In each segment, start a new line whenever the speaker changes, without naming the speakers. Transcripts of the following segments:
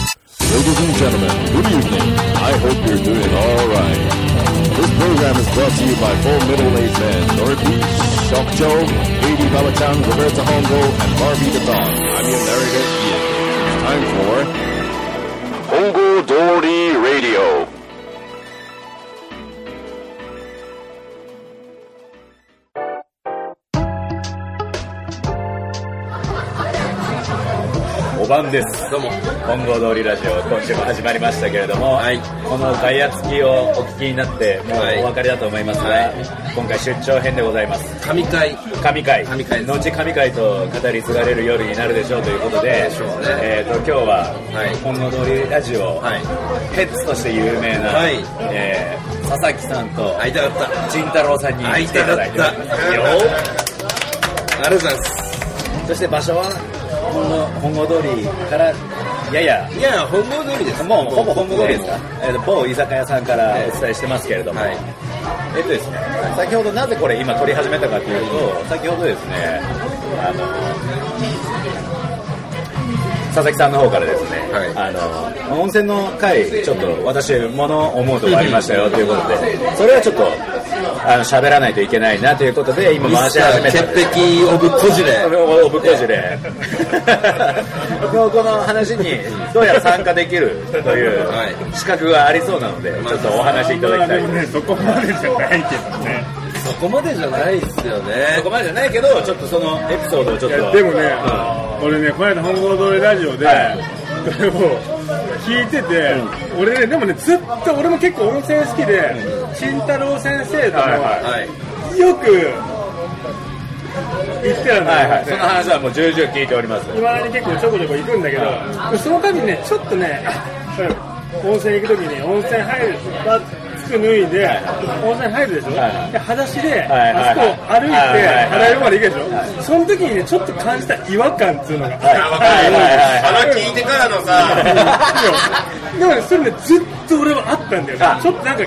Ladies and gentlemen, good evening. I hope you're doing all right. This program is brought to you by four middle-aged men, Norby, Shock Joe, Lady Balachan, Roberta Hongo, and Barbie the Dog. I'm your narrator, Ian. It's time for Hongo Dory Radio.
お晩です。どうも。本郷通りラジオ、今週も始まりましたけれども、
はい
このガイア付きをお聞きになって、もう
はい
お分かりだと思いますが、
はい
今回出張編でございます。
神回
神回、
神回です
後神回と語り継がれる夜になるでしょうということで、
でしょうね
えーと今日は、
はい
本郷通りラジオ、
はい
ペッツとして有名な、
はい
えー佐々木さんと、
会いたかった
陣太郎さんに
会い
来てい
たか
た
った
だいてますよ
ありがとうございます
そして場所は本郷本郷通りからやや
いや本郷通りです
もうほぼ本部通りですか
ね、
えーと某居酒屋さんからお伝えしてますけれども、
はい
えっとですね、先ほどなぜこれ今撮り始めたかというと、先ほどですね、あの佐々木さんの方からですね、
は
あ
い
の温泉の回、ちょっと私、物を思うとこありましたよということで、それはちょっとあの喋らないといけないなということで、今、
ミ
回
ス
し
タ
始め
ー
た
潔癖オブこじれ
おぶっこじで。この話にどうやら参加できるという
はい
資格がありそうなので、ちょっとお話しいただきたい。
ね、そこまでじゃないけどね。
そこまでじゃないですよ
そ
ね
こまでじゃないけど、ちょっとそのエピソードをちょっと。
でもね
うん、
俺ね、この間本郷通りラジオで
はい、
これを聞いてて、俺ね、でもね、ずっと俺も結構温泉好きで、慎太郎先生と
はいは
はい
もよく行ってたん
はいはい。
だ
その
よね。
話はもう重々聞いております。
いまだに結構ちょこちょこ行くんだけど、その間にね、ちょっとね、 温泉行くときに温泉入る、バッツ脱いで、温泉入るでしょ、
はいはい
で裸足で、
はいはいはい
あそこ歩いて、
はいはいはい
肌色まで行くでしょ、その時にね、ちょっと感じた違和感っていうのが、
はいはいはいはい
腹聞いてからのさ
でもね、それね、ずっと俺はあったんだよ
あ
ね、ちょっとなんか汚い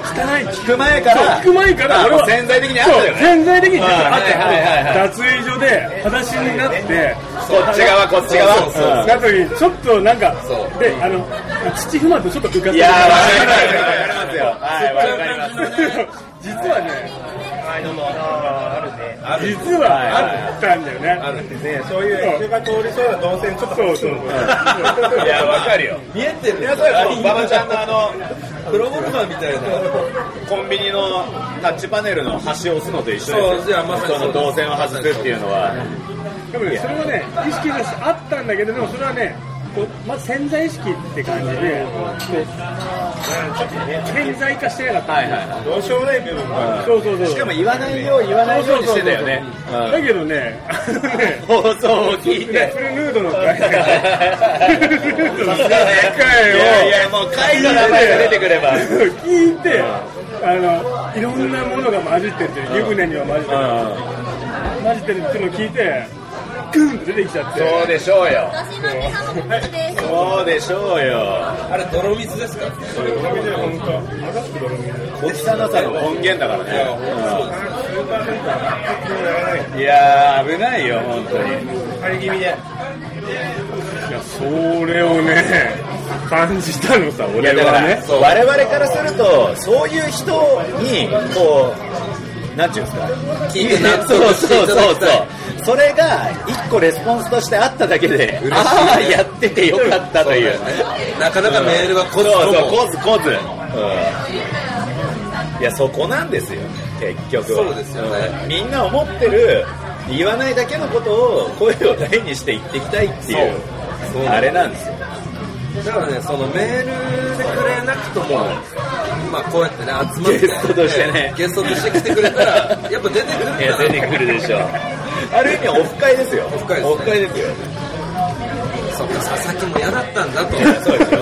聞く前から。
そう聞く前から俺は
あ潜在的にあったよ
そう
ね。
潜在的にちょっとあっ
はいはいはいはい
た脱衣所で、裸足になって、
こっち側、こっち側。
そうそう
うん
なった時にちょっとなんか
そう
であの土踏まずちょっと浮かせて
いやー、わ
か
かりますよ。はい、わかります。
実はね
ある
実はあったんだよね
あるんです
ね、そういう人が通りそうな動線ちょっと
そうそう
いや、わかるよ。
見えてる
皆さん馬場ちゃんのあ
プロゴルファーみたいな
コンビニのタッチパネルの端を押すのと一緒ですよ
そうじゃあまさに
その動線を外すっていうのは
でもねそれはね意識としてあったんだけどでもそれはねこうまず潜在意識って感じで潜在化してなかった、
はいはい
のどうしようもない部分が
そうそうそう
しかも言わないよう言わないようにしてたよね
だけどねあのね
放送を 聞い
いや
て
それヌード の回だから
さすがだね
回を
いやいやもう回の名前が出てくれば
聞いてあのいろんなものが混じってるっていう湯船には混じってる混じってるっていうのを聞いてグンって出てきちゃって
そうでしょうよ
私の皆さんのことです。
そうでしょうよ
あれ泥水ですか
汚さの根源だからねいやー危ないよ本当に
張り気味で
いやそれをね感じたのさ
いや
俺
だか
は
ら、
ね
そう我々からするとそういう人にこうなんていうんですか
聞いて納
そ
得
う
し
そ
て
うそ
いた
う
だ
そう
きたい
それが一個レスポンスとしてあっただけで
いね
ああ やっててよかったという
なかなかメールが来
そう
ずと
そう
も
こずこず、うんいやそこなんですよ結局は
そうですよね
うんみんな思ってる言わないだけのことを声を大にして言っていきたいっていう
そうそう
あれなんですよ
だからね、そのメールでくれなくとも、まあこうやってね、集まって、
ゲストとしてね
ゲストとして来てくれたら、やっぱ出てくるん
いや
だ
出てくるでしょうある意味オフ会ですよオ
フ会ですね
オフ会ですよ
そっか、佐々木も嫌だったんだと。
そうですよ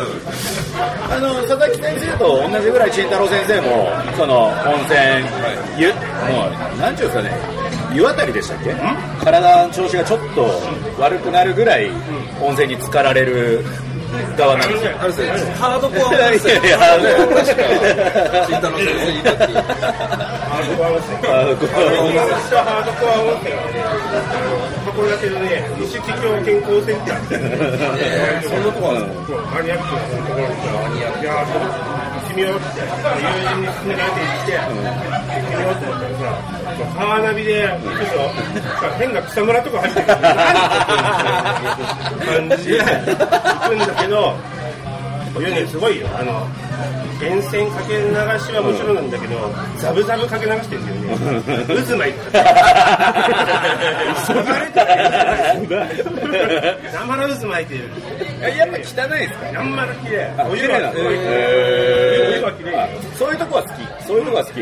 あの佐々木先生と同じぐらい慎太郎先生もその温泉、ゆもうなんていうんですかね湯あたりでしたっけ体の調子がちょっと悪くなるぐらい温泉に浸かられる側なんですよ。
あれですよハードコア
いや
で
い
すよ
やいや、
確か慎太郎先生いた時
あのこう
私はハードコア温泉はね、函館のね、西桔梗健康センターみたいな。
えーそんなとこあるの
マニアックなところにマニアックいやー行ってみようって友人に勧められて行って、行ってみようと思ったらさカーナビでちょっとさ変な草むらとか入ってくる何っていう感じで行くんだけどお湯ねすごいよあの源泉かけ流しはもちろんなんだけど、ザブザブかけ流してるんだよね渦巻いてる流れてる生の渦巻いてる
やっぱ汚いですか
あんまり綺麗。お湯
綺麗な
は
の
すごい。お湯は綺麗よ。
そういうとこは好き。そういうのが好き。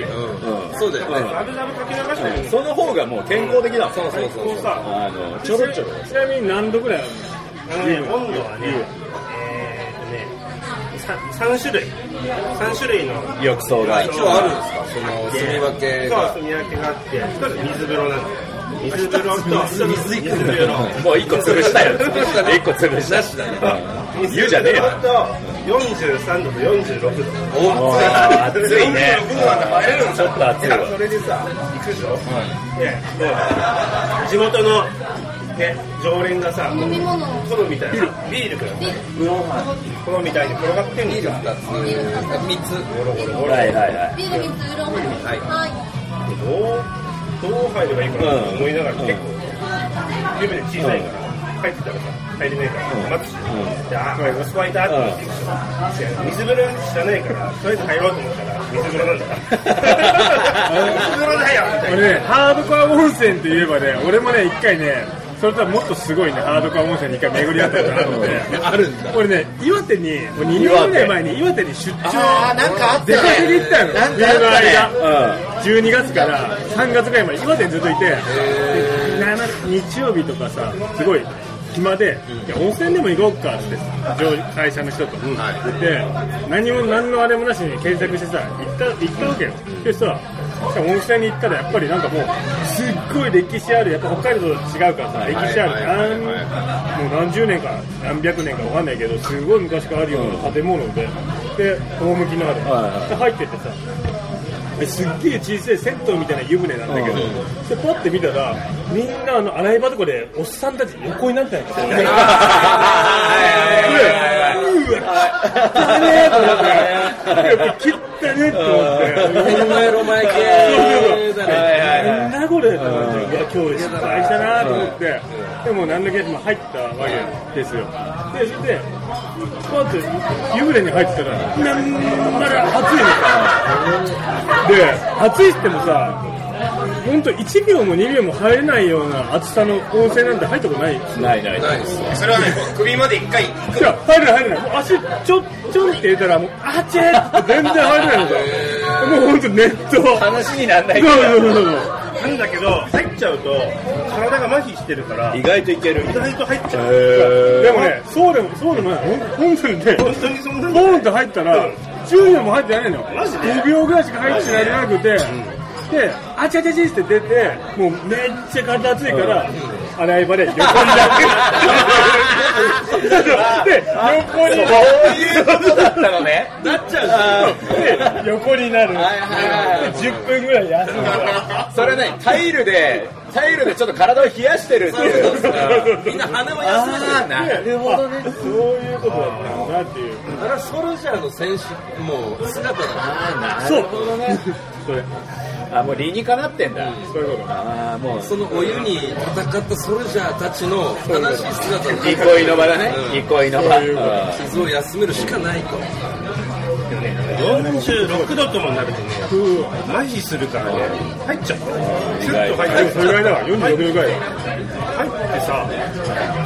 そうだよね
ラブラブかけ流してる。
その方がもう健康的だもん。
そうそうそう
こうさ、
あの、ちょろちょろ。
ちなみに何度ぐらいある
あのね温度はね、えーっとね、さ三種類、三種類の
浴槽が。
一応あるんですかその住み分けが
そう住み分けがあって、一つ水風呂なんだよ。水風呂と水水風呂。
もう一個潰したよ。一個潰した。言うじゃねえよ。
よ。43度と46度。
お
あー暑いね。ちょっと暑い
い
わ
や。それでさ、行くでしょ、でもう地元の、ね、常連がさ、
飲み物を
このみたいなさ、ビールくらい、このみたいに転がってんのよ。
2つ3つ
はいはいはい。
ビール3つウーロンハイです
はい
は
どう、どう入ればいいかなと思いながら、結構、夢で小さいから、帰ってたらさ、入れないから、待つし、であー、これ、ロスファイターってなってきてさ、水風呂知らないから、とりあえず入ろうと思ったら、水風呂なんだ から、水風呂だよみたいな。
俺ね、ハードコア温泉って言えばね、俺もね、一回ね、それとはもっとすごいね、ハードコア温泉に一回巡り合ったことあるので、
あるんだ
俺ね、岩手に、もう2年ぐらい前に岩手に出張、
なんかあっ
出かけに行ったの、冬の
う
間。
ん。
12月から3月ぐらいまで岩手にずっといて、でなな日曜日とかさ、すごい暇で、いや温泉でも行こうかって上会社の人と言って、何も何のあれもなしに検索してさ、行った行ったわけよ。そしたら、そしたら温泉に行ったら、やっぱりなんかもう、すっごい歴史ある、やっぱ北海道と違うからさ、歴史あ
はいはい
る、何もう何十年か、何百年かわかんないけど、すごい昔からあるような建物で、で、趣のある、で入ってってさ、ですっげえ小さい銭湯みたいな湯船なんだけど、でパッて見たらみんなあの洗い場とかでおっさんたち横になって ないからでう
お
わ汚ねえと思ってやっぱ切ったねと思って
前ロマン系だね
なんだこれと思って、いや、今日失敗したなと思って、でも、なんだけ、まあ、入ったわけですよ。で、それで、パッて湯船に入ってたら、なんなら暑いのさ。で、暑いってもさ、本当1秒も2秒も入れないような暑さの温泉なんて入ったことない
ないない。
ないです
それはね、首まで一回行
いや、入れない、入れない。もう足、ちょ、ちょんって入れたら、もう、あちえって全然入れないのさ。もう本当、ネット。
話にならな
そ
いう
そうそうそう。
くんだけど、入っちゃうと、体が麻痺してるから、
意
意
外といける。
外と入っちゃう。
でもね、そうでも、そうでもない。ほん本当にね、
本当にそんな
ボーンと入ったら、10秒も入ってないのよ。
マジで
5秒ぐらいしか入ってられなくて、で、あちゃちゃちって出て、もうめっちゃ体熱いから、洗い場で横になって、で、横に
なっちゃう
なって、横になる。で、10分ぐら い休む
それね、タイルで、タイルでちょっと体を冷やしてるっていう。
みんな鼻も休んで
ああ、なるほどね。
そういうことだったんだっていう。
だからソルジャーの選手もう姿が
そう。
それあ、もう理にかなってんだ。
そういうこと。
ああ、もう。
そのお湯に戦ったソルジャーたちの正しい姿が
憩いの場だね。
うん
憩いの場。
傷を休めるしかないと
46度ともなるとね、麻痺するからね、入っちゃう。スッと入っ
でも
て
それぐらいだわ。46秒ぐらいだわ。
入ってさ、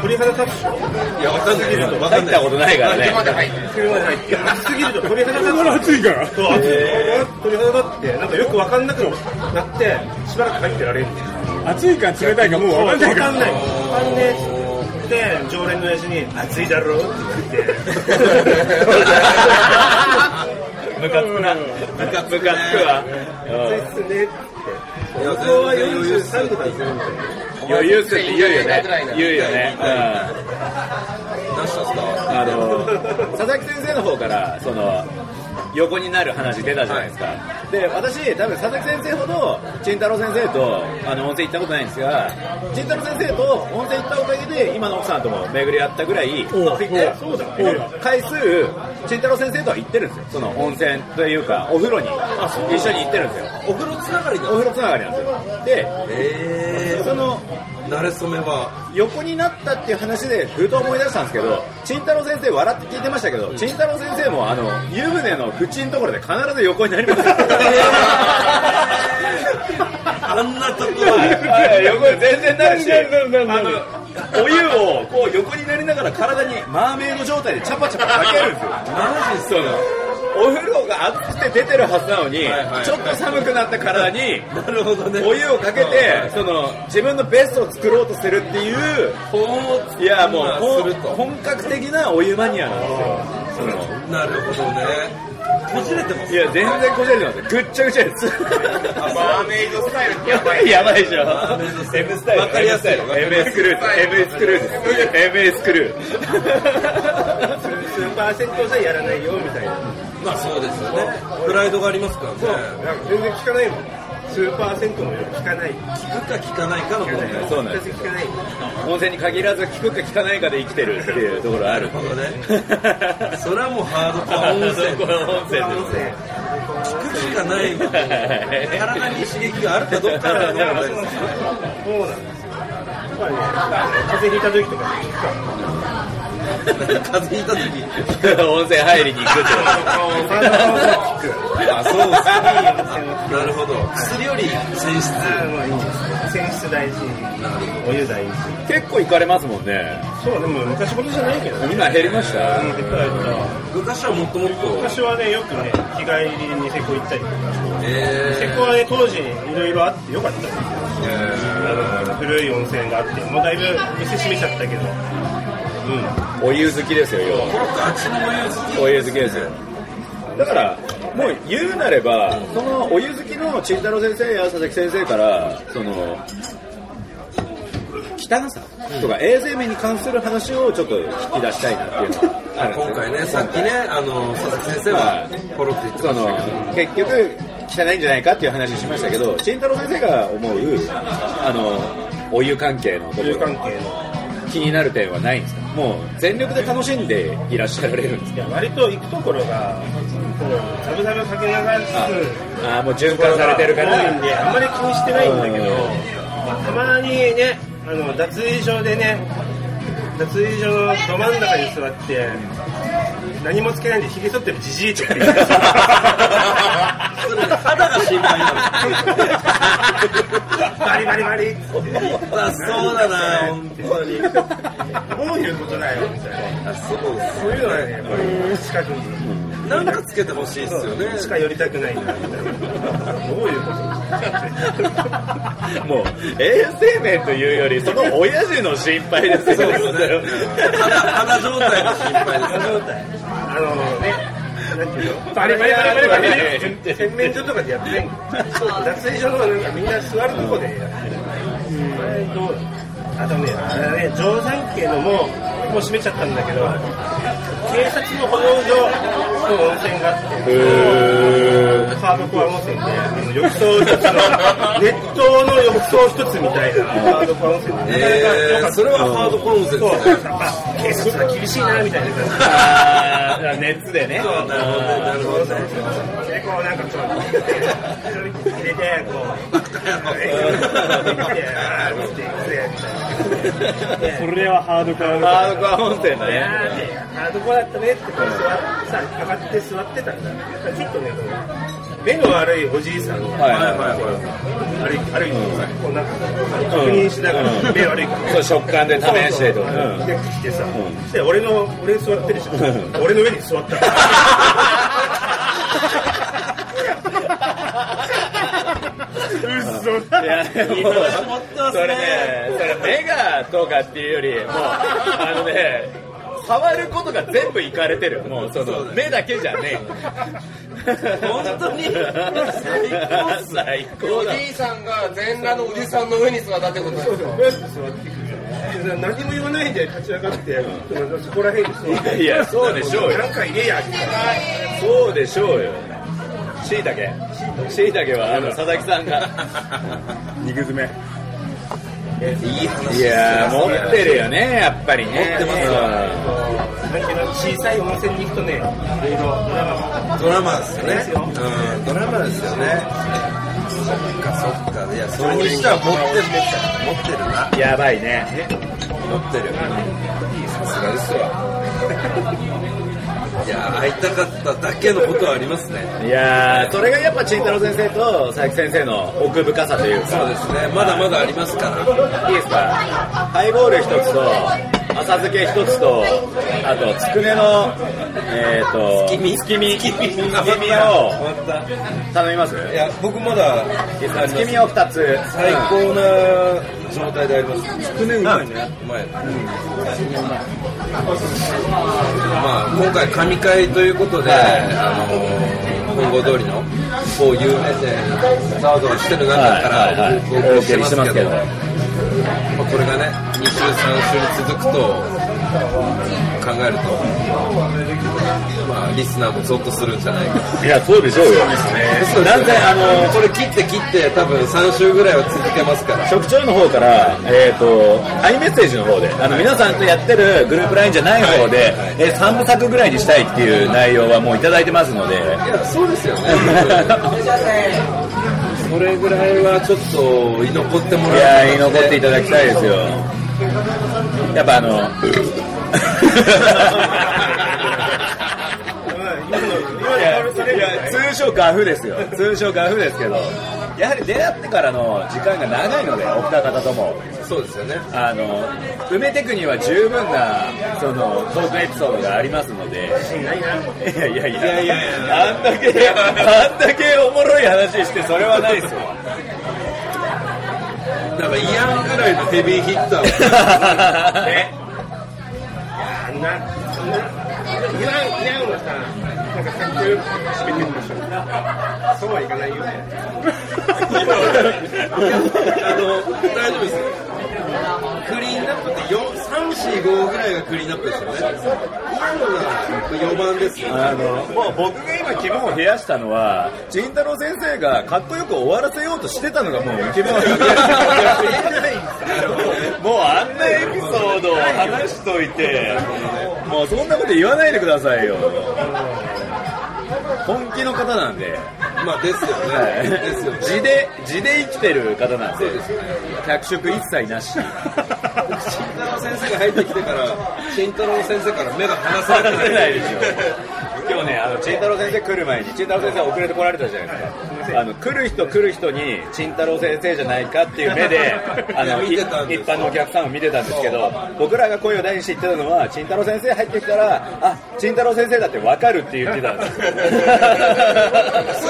鳥肌立つでしょ
いやわかんないわか
入っ
んない
たことないからね。
車で入って。熱すぎると鳥肌
これ
立つ。
暑いから。
そう、熱い鳥肌立って、なんかよくわかんなくなって、しばらく入ってられるんだよ。
暑いか冷たいかもう分かんないから。
ない。わかんねえで、常連の親父に、暑いだろうって 言って。
ムカつくな。ムカつくわ。
暑いっすねって。
いや
僕は43度だぞ。
余裕すって言うよね。言うよね。うん
出したんすか
あの、目の方からその横になる話出たじゃないですか、で私多分佐々木先生ほど陳太郎先生とあの温泉行ったことないんですが陳太郎先生と温泉行ったおかげで今の奥さんとも巡り合ったぐらい
おう
で
そうだ
回数陳太郎先生とは行ってるんですよその温泉というかお風呂に一緒に行ってるんですよ
お風呂つながり
お
だ
風呂つながりなんですよ
え
でその
ー、慣れ初めは
横になったっていう話でふと思い出したんですけど、陳太郎先生笑って聞いてましたけど、陳太郎先生もあの湯船の縁のところで必ず横になります。
あんなとこは
はい横に全然なるし、
なるなるなるな
あ
る
のお湯をこう横になりながら体にマーメイド状態でチャパチャパかけるんですよ。
マジっすか
お風呂が熱くて出てるはずなのに、
はいはい
ちょっと寒くなった体に
なるほどね
お湯をかけて、その自分のベストを作ろうとするっていう。
保温を
いやもう
す
ほん
ると
本格的なお湯マニアなんですよ。
なるほどねこじれてます
いや全然こじれてますよ。ぐっちゃぐちゃです。
マーメイドスタイルってや
や
ば
ば
い
いやばいでしょ。
M
スタイル
わかりやすいの
MS クルーズ MS クルーズ MS クルーズ。
数パーセントじゃやらないよみたいな
まあそうですよねプライドがありますからね
なんか全然聞かないもん数パーセントのよ聞かない
聞くか聞かないかの問題
そうなんです
全然聞かない
温泉に限らず効くか効かないかで生きてるっていうところある。
なるほどねそれはもうハードコア温泉
これ温泉
音
です。
聞
声
くしかないの体に刺激があるかどうかの問題です
そうなんですよやっぱりね風邪ひいた時とかに聞くから
風邪ひいた時
温泉入りに行くって
あそうですねなるほど薬より泉質
あまあいいですね泉質大事お湯大事
結構行かれますもんね。
そうでも昔ほどじゃないけどね
今減りました。
昔はもっともっと
昔はねよくね日帰りにセコ行ったりとかセ
え
コはね当時いろいろあってよかったんですよあの古い温泉があってもうだいぶ店閉めちゃったけどうん
お湯好きですよ。要は
ー、このガチのお湯
お湯
好き
好きですよだからもう言うなればそのお湯好きの慎太郎先生や佐々木先生からその汚さとか衛生面に関する話をちょっと引き出したいなっていうのがあるんです
今
よ
回ねさっきねあの佐々木先生はポロッと言って
そ
まし
の
たけど
結局汚いんじゃないかっていう話しましたけど慎太郎先生が思うあのお湯関係のとこ
お湯関
ろ
係の
気になる点はないんですかもう全力で楽しんでいらっしゃられるんですか
割と行くところがこうサブサブかけ流
あ
す
あーもう循環されてるから
多いんであんまり気にしてないんだけど
うん
まあたまにねあの脱衣所でね脱衣所のど真ん中に座って何もつけないでひげ剃ってるじじいとかいる
それ肌が心配なの
バリバリバリって
あそうだな本当に
どういうことだよみたいな
あそうです
そういうのはねやっぱり近くに
なんかつけてほしいですよね
近寄りたくないなみたいなどういうこと
もう衛生面というよりその親父の心配ですよ。
肌肌状態が心配ですね
あのね、なんていうの、
バリバリバリバリ
洗面所とかでやってないんだよ脱衣所のなんかみんな座るとこでやってる。これどうあとね、あれね、定山渓のもう、もう閉めちゃったんだけど、警察の保養所の温泉があって、ハードコア温泉で、あの浴槽一つの、熱湯の浴槽一つみたいなハードコア温泉で、
え
なかなか良か
ー、
った
それはハードコンセン
そう、
ト
やっぱ警察は厳しいなみたいな感じ。
あー熱でね。
なるほどねなるほどね
でこうなんかちょっと入れてこう入れてあーって
それはハードコア
ハードコア温泉だね。
あーってあーどこだったねってこう座ってさかかって座ってたんだやっぱりちょっとねこう目の悪いおじいさんが
はい
はい
は
はいは
歩い歩いてこうなんか確認しながら目悪いから
い。そう食感で試してとか。うん
で来てさ、そして俺の俺座ってるじゃん俺の上に座った
いやでもそ
持ってますね
れね、それ目がとかっていうより、もうあのね、触ることが全部いかれてる。もうその目だけじゃねえ。
本当に
最高
お
だ。
じいさんが全裸のおじさんの上に座ったってことですか
座ってくるな何も言わないで立ち上がって、そこら辺に座って
いや、そうでしょうよ。
なんか言えやみたいな
そうでしょうよ。しいたけ。しいたけは、あの、佐々木さん が。
肉詰め
いやー、持ってるよね、やっぱりね。持ってます
だけど小さい温泉に行くとねいろいろドラマが
ドラマですよね。うん、ドラマですよね。そっか、そっか。いや、それにしては持ってる、持ってるな。
やばいね。
持ってる。さすがですわ。 いや、会いたかっただけのことはありますね。
いやー、それがやっぱ、慎太郎先生と佐々木先生の奥深さという
そう
か。
ですね。まだまだありますから。
いいですかハイボール一つと、浅漬け一つと、あと、つくねの、えっ、ー、と、
月見
月見。月見
君
を頼みます
いや、僕まだ、
月見を二つ。
最高な状態であります。
つくねうまいね
うまい。まあ、今回、神会ということで、あのー、本郷通りの某有名店、ざわざわしてる中から
はいはいはい
お送りしてますけど、
お
ま
送り
あ、これがね、2週、3週に続くと考えると、まあ、リスナーもゾッとするんじゃないか
いや、そうでしょうよ。そうですねなんで、あの、
これ切って切って、多分3週ぐらいは続けますから。
職長の方から、えっ、と、アイメッセージの方で、あの、皆さんとやってるグループラインじゃない方で、えー、3部作ぐらいにしたいっていう内容はもういただいてますので、
いや、そうです よね。それぐらいはちょっと居残っても
い
ら
やー、居残っていただきたいですよ。やっぱあの、
今の今の薫され
い
るじゃ
や通称ガフですよ通称ガフですけどやはり出会ってからの時間が長いのでお二方とも
そうですよね。
あの埋めてくには十分なそのトークエピソードがありますのでいやいやいや
いやいや
あんだけあんだけおもろい話してそれはないですよ
なんかイアンぐらいのヘビーヒッター を。
あんなそんなイランイランはさなんかかっこよく締めてるでしょそうはいかないよね
あの、大丈夫です。クリーンナップってよ3、4、5ぐらいがクリーンナップですよね。イアンは4番ですよ。
あのもう僕が今気分を冷やしたのは仁太郎先生がかっこよく終わらせようとしてたのがもう気分を冷やしたもうあんなエピソードを話しといてもうそんなこと言わないでくださいよ本気の方なんで、
まあですよね。ですよね。
地で地で生きてる方なんで脚色一切なし
慎太郎先生が入ってきてから、慎太郎先生から目が離され
話
て
せ
な。
ない いでしょ今日ねあの陳太郎先生来る前に陳太郎先生遅れて来られたじゃないですかあの来る人来る人に陳太郎先生じゃないかっていう目で あの
いや見てたん
い
です
一般のお客さんを見てたんですけど僕らが声を大にして言ってたのは陳太郎先生入ってきたらあ陳太郎先生だって分かるって言ってたんですよ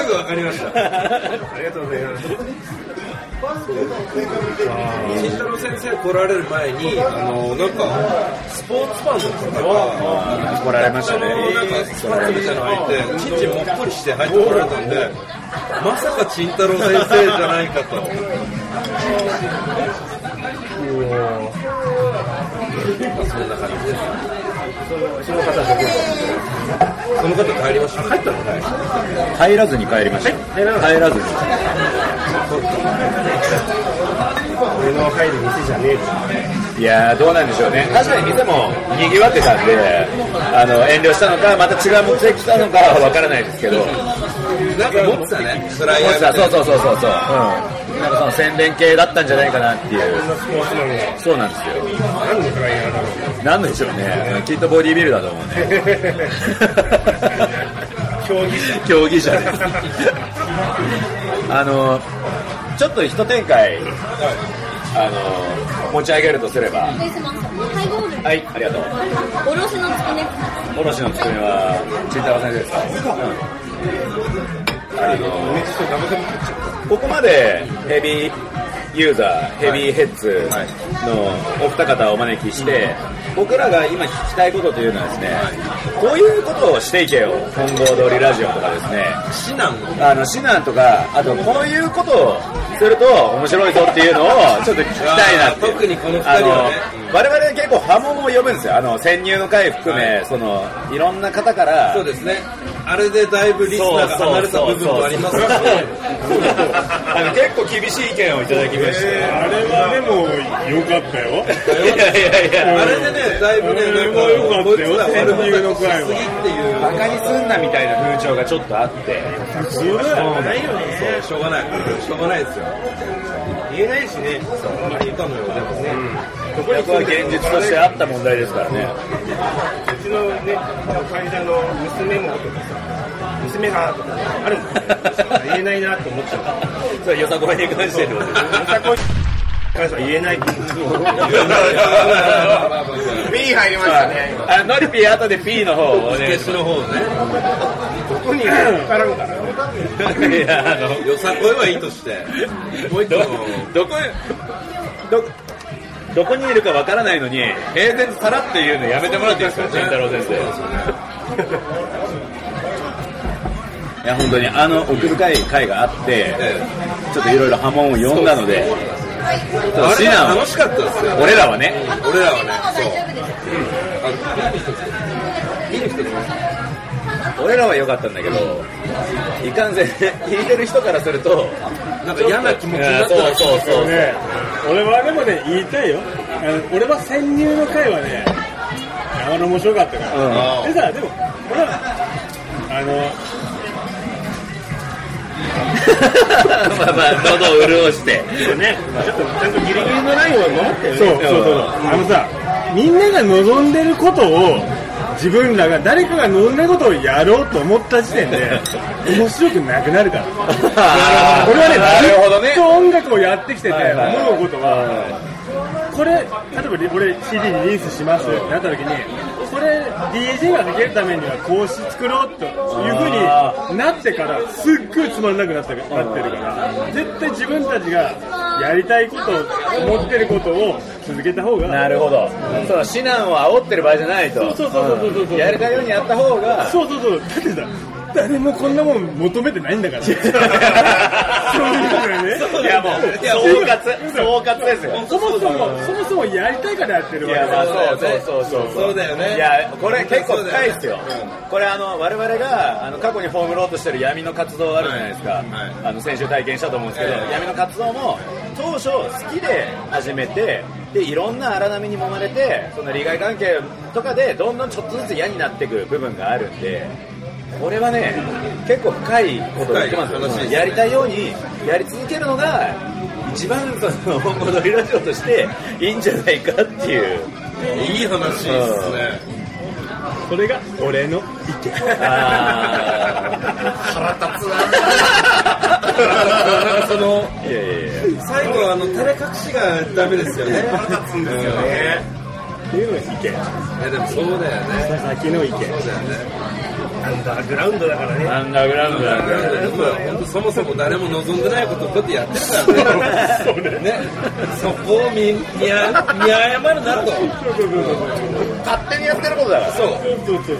すぐわかりました。
ありがとうございます
慎太郎先生来られる前に、あのなんか、スポーツファンの方が、
来られましたね
なんか、スパッツみたいなの入って、ちんちんもっこりして入ってこられたんで、まさか慎太郎先生じゃないかと。そんな感じです。その方、帰りました。帰ったの
入らずに帰りました入らずに
俺の入る店じゃねえと
いやーどうなんでしょうね確かに店もにぎわってたんであの遠慮したのかまた違う目的したのかは分からないですけど
なんか持ってたね、フライヤーみたい
そ
な
うそうそうそうそう、うん、なんかその宣伝系だったんじゃないかなっていう
スポーツマンが
そうなんですよ
何のフライヤーだろう
なんでしょうねきっとボディービルだと思うね
競技者
競技者ですあのちょっと一展開あの持ち上げるとすれば
失礼しますハイボール
はいありがとう
おろしのつくね
おろしのつくねは慎太郎先生ですか、うん、ここまでヘビーユーザーヘビーヘッズのお二方をお招きして、僕らが今聞きたいことというのはですね、こういうことをしていけよ、本郷通りラジオとかですね、
指南を
あの指南とか、あとこういうことをすると面白いぞっていうのをちょっと聞きたいなっていう
あー特にこの二人
あの
はね
我々は結構波紋を呼ぶんですよ、あの潜入の回含め、い、そのいろんな方から、
そうですねあれでだいぶリスナーが離れた部分もあり ますし
そうそうあの結構厳しい意見をいただきまして、
あれはでも良かったよ。
いやいやいや、
あれでねだいぶねなん
あれも良か
か
ったよ
こいつら悪ふざけし
潜入の回は
すぎっていう
バカにすんなみたいな風潮がちょっとあって、
普通だよ。
ないよね。
しょうがないしょうがないですよ
言えないしね。
まあいいかもよでもね
ここに
これは現実としてあった問題ですからね。
うちのね、会社の娘もとかさ、娘がとかあるもんね。言えないなと思っちゃう。
それよさこいに関してってことですね
彼女は言えないっていう。
B 入りましたね。
あノリピー後で P の方をお願いし
決の方ね
ここに絡むから。
ます。いやあの
よさこいはいいとしてもう一個
どこへどどこにいるかわからないのに平然とさらって言うのやめてもらっていいですか、慎太郎先生。いや本当にあの奥深い回があって、ちょっといろいろ波紋を呼んだので、ちょっと
あ
指
れ
南
は
を
楽しかったですよ
俺らはね、
俺らはねそう
大丈夫です。
俺らは良かったんだけど、いかんせん、 聞いてる人からすると、
なんか嫌な気持ちになったらしい
そうそうそう
ね、俺はでもね、言いたいよ。あの俺は潜入の回はね、あの面白かったから。でさ、でも、俺は、あ の、
まあまあ、喉を潤して。
ね、ちょっとちゃんとギリギリのラインを守ってよね。
そうそうそう。あのさ、みんなが望んでることを、自分らが誰かが望んでることをやろうと思った時点で、面白くなくなるから。
あー
俺はね、
なるほどね
ずっと音楽をやってきてて、
はいはい
思うことは、これ、例えばリ俺 CD リリースしますってなった時に、これ DJ ができるためにはこうし作ろうというふうになってから、すっごいつまんなくなってるなってるから、絶対自分たちがやりたいこと、思ってることを続けた方が、
なるほど、そう指南を煽ってる場合じゃないと
そうそうそうそうそうそう
うんやりたいようにやった方が
そうそうそう、だってさ、誰もこんなもん求めてないんだから。 そういうことだよね。
いやもう
そう
総括総括ですよ
そもそも、そもそもやりたいからやってる
い
わけ
や
だ
まあ
か
そうそうそうそう
そうだよね
いやこれ結構深いですよこれあの我々があの過去に葬ろうとしてる闇の活動あるじゃないですか、あの先週体験したと思うんですけど、闇の活動も当初好きで始めてでいろんな荒波に揉まれてその利害関係とかでどんどんちょっとずつ嫌になっていく部分があるんでこれはね結構深いことを言ってますよ
深い話ですね
やりたいようにやり続けるのが一番その本物のラジオとしていいんじゃないかっていう。
いい話ですね
ら、それが俺の意見。
あ
その
ーいやいやい
最後あの垂れ隠しがダメですよね腹立つんですよね
っていうのが意見。
えでもそうだよね
先の意見。
そうだよね
アンダーグラウンドだからね。
やアンダーグラウンドだね
まあ本当そもそも誰も望んでないことをこうやってやってる からねねそこを見見あ見誤るなと
勝手にやってることだから
そう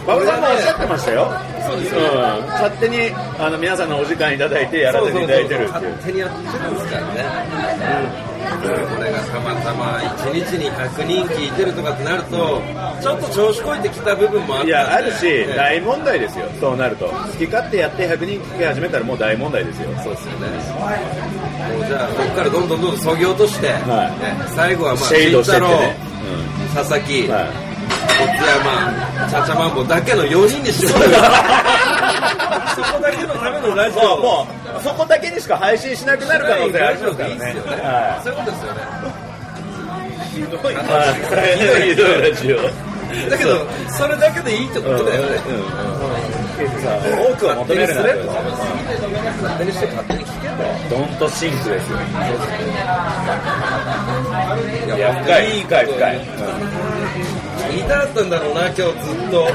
馬場さんもおっしゃってましたよ
そうです
うん、勝手にあの皆さんのお時間いただいてやらせていただいてるっていう
勝手にやってるんですからね、これがたまたま1日に100人聞いてるとかってなるとちょっと調子こいてきた部分もあったん
い
で
やあるし
ええ
大問題ですよそうなると好き勝手やって100人聞き始めたらもう大問題ですよ
そうですよねもうじゃあここからどんどんどんどんそぎ落として、
はい
ね最後はまあ
シェイ
慎
ドしてっ
太
て
郎
ね、
佐々木、
うんはい
小津山ちゃちゃまんぼだけの4人に絞 るそこだけのためのラジ
も
オ
うもうそこだけにしか配信しなくなる可能性ありますからね
いいっすよね
は
そういうことですよね
いひどいラジオ
だけどそれだけでいいってことだよね、
多くは求めるなと
勝手にして勝手に聞け
ドンとシンクですよ
ば
いや深い深い深い
言いたかったんだろうな今日ずっと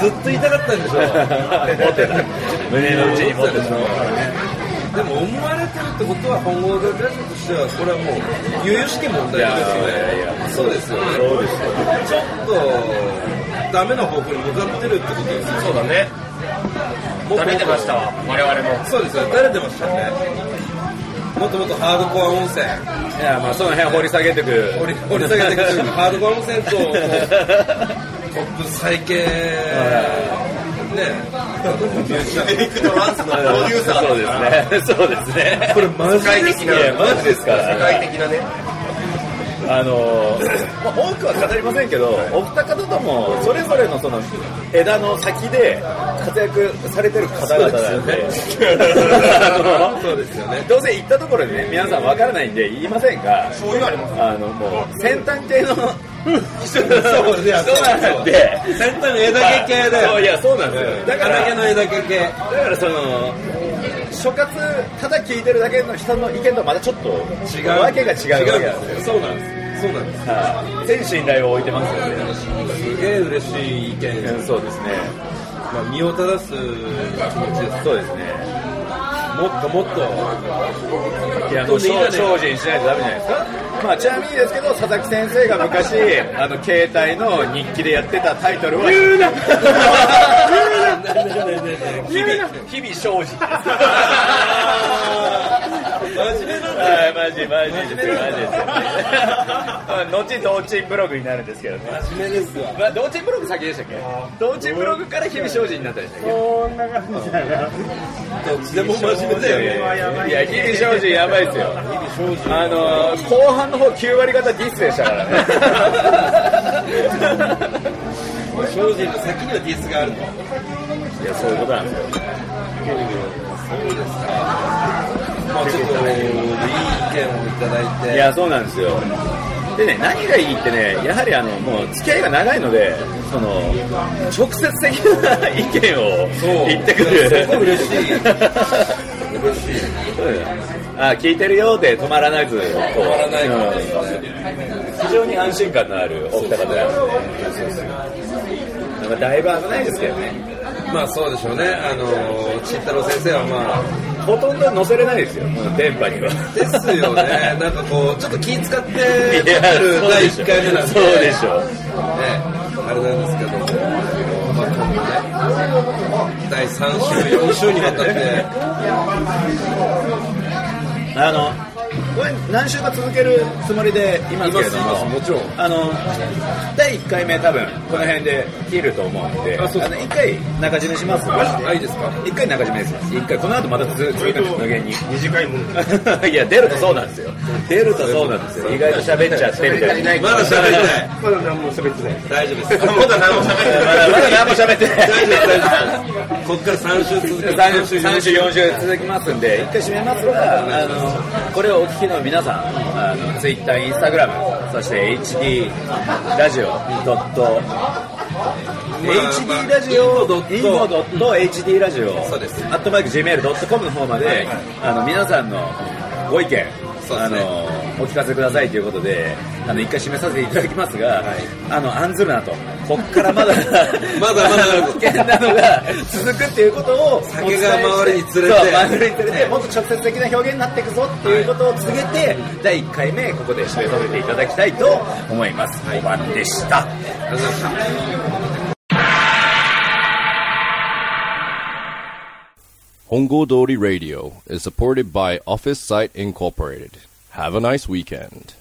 ずっと言いたかったんでし
持
ょ
ってた胸の内に持ってた
でも思われてるってことは本郷大学としてはこれはもう由々しき問題ですよねそうですよねそうですよちょっとダメな方向に向かってるってことですよ
そうだね。
もっと
食べ
もっと
てましたわ、我々も。
そうですよ垂れてましたよねもっともっとハードコア温泉
いや、まあ、その辺掘り下げてく。
掘り掘り下げてくるハードコア温泉ともうトップ最系
エ
ね
リック・トランスのプロデューサー
そうですね。そうですね。
これマジ
ですかいやマジですから
世界的なね。
あのー、まあ、多くは語りませんけど、お二方とも、それぞれのその枝の先で活躍されてる方々なんで、あの
そうですよね
どうせ行ったところでね、皆さんわからないんで言いませんが、
そういうのあります。
あの、もう、先端系の人
そういやそう
なんで、
先端の枝毛系だ
そうい
よ
や、そうなんですよ。だから、
枝毛の枝毛系
だからその諸葛ただ聞いてるだけの人の意見とはまたちょっと
違う
わけが違うわけなんですよ
そうなんですそうなんです
はい全信頼を置いてますよね
すげえ嬉しい意見です、
そうですね
まあ、身を正す気持ちです
そうですね
もっともっと
いやもう精進しないとダメじゃないですかまあ、ちなみにですけど佐々木先生が 昔あの携帯の日記でやってたタイトルは言うな日々日々精進
真面目なんだよ
はい、マジマジですよ、マジですよ。後、同チンブログになるんですけどね。真面目ですわ。まあ、同チンブログ先でしたっけ同チンブログから日々精進になったでしたっけ
こんな感じだな
どっちでも真面目だよね
いや、日々精進やばいですよ。あのー、後半の方9割方ディスでしたからね。
精進の先にはディスがあると
いや、そういうことなんですよ。
まあちょっといい意見をいただいて
いや、そうなんですよ。でね、何がいいってね、やはりあの、もう付き合いが長いので、その、直接的な意見
そ
を
う
言ってく
い
る。
やすごい嬉しい嬉しい
うんあ聞いてるようで止まらないず止
止まらないからね
非常に安心感のあるお二方なんでまあだいぶ危ないですけどね
まあそうでしょうねあのちったろう先生はまあ
ほとんど乗せれないですよもう電波には
ですよねなんかこうちょっと気使っ
い
てる
やそう
第
でし
1
ょ
回目なんで
そうでしょ
ね、あれなんですけども、まあ、今度ね、第3週、4週にわたって、
あのこれ何週か続けるつもりでいますけれども
いますいますもちろん
あの第1回目多分この辺で切ると思うんであ
あそうです
の1回中締めしますマジで
あ、いいですか、
一回中締めですよ一回この後また続続けて無限に
短いも の
いや、出るとそうなんですよ。出るとそうなんですよ。意外と喋っちゃってみたい な。
まだ喋りたい、
まだ何も喋ってない
大丈夫 です、
まだ何も喋 ってない。
まだ何も喋ってない。
大丈夫大丈夫、こっから3週続ける、
3週、
週、
4週続きますんで、一回締めますが、あの、これをお聞きの皆さん、あの、Twitter、Instagram、そして HD ラジオドット、HD ラジオ、info.hd ラジオ、
そうです
アットマーク gmail.com の方まで、あの、皆さんのご意見、
そうで
あ
すね
の、お聞かせくださいということで、あの、一回締めさせていただきますが、あの、案ずるなと、こっからまだ、
まだまだ
あの危険なのが続くっていうことを、
酒が回るにつれて
そう回るにつれて、もっと直接的な表現になっていくぞっていうことを告げて、第1回目、ここで締め止めていただきたいと思います。おばんでした。
ありがとうございました。
Hongo Dori Radio is supported by Office Site Incorporated. Have a nice weekend.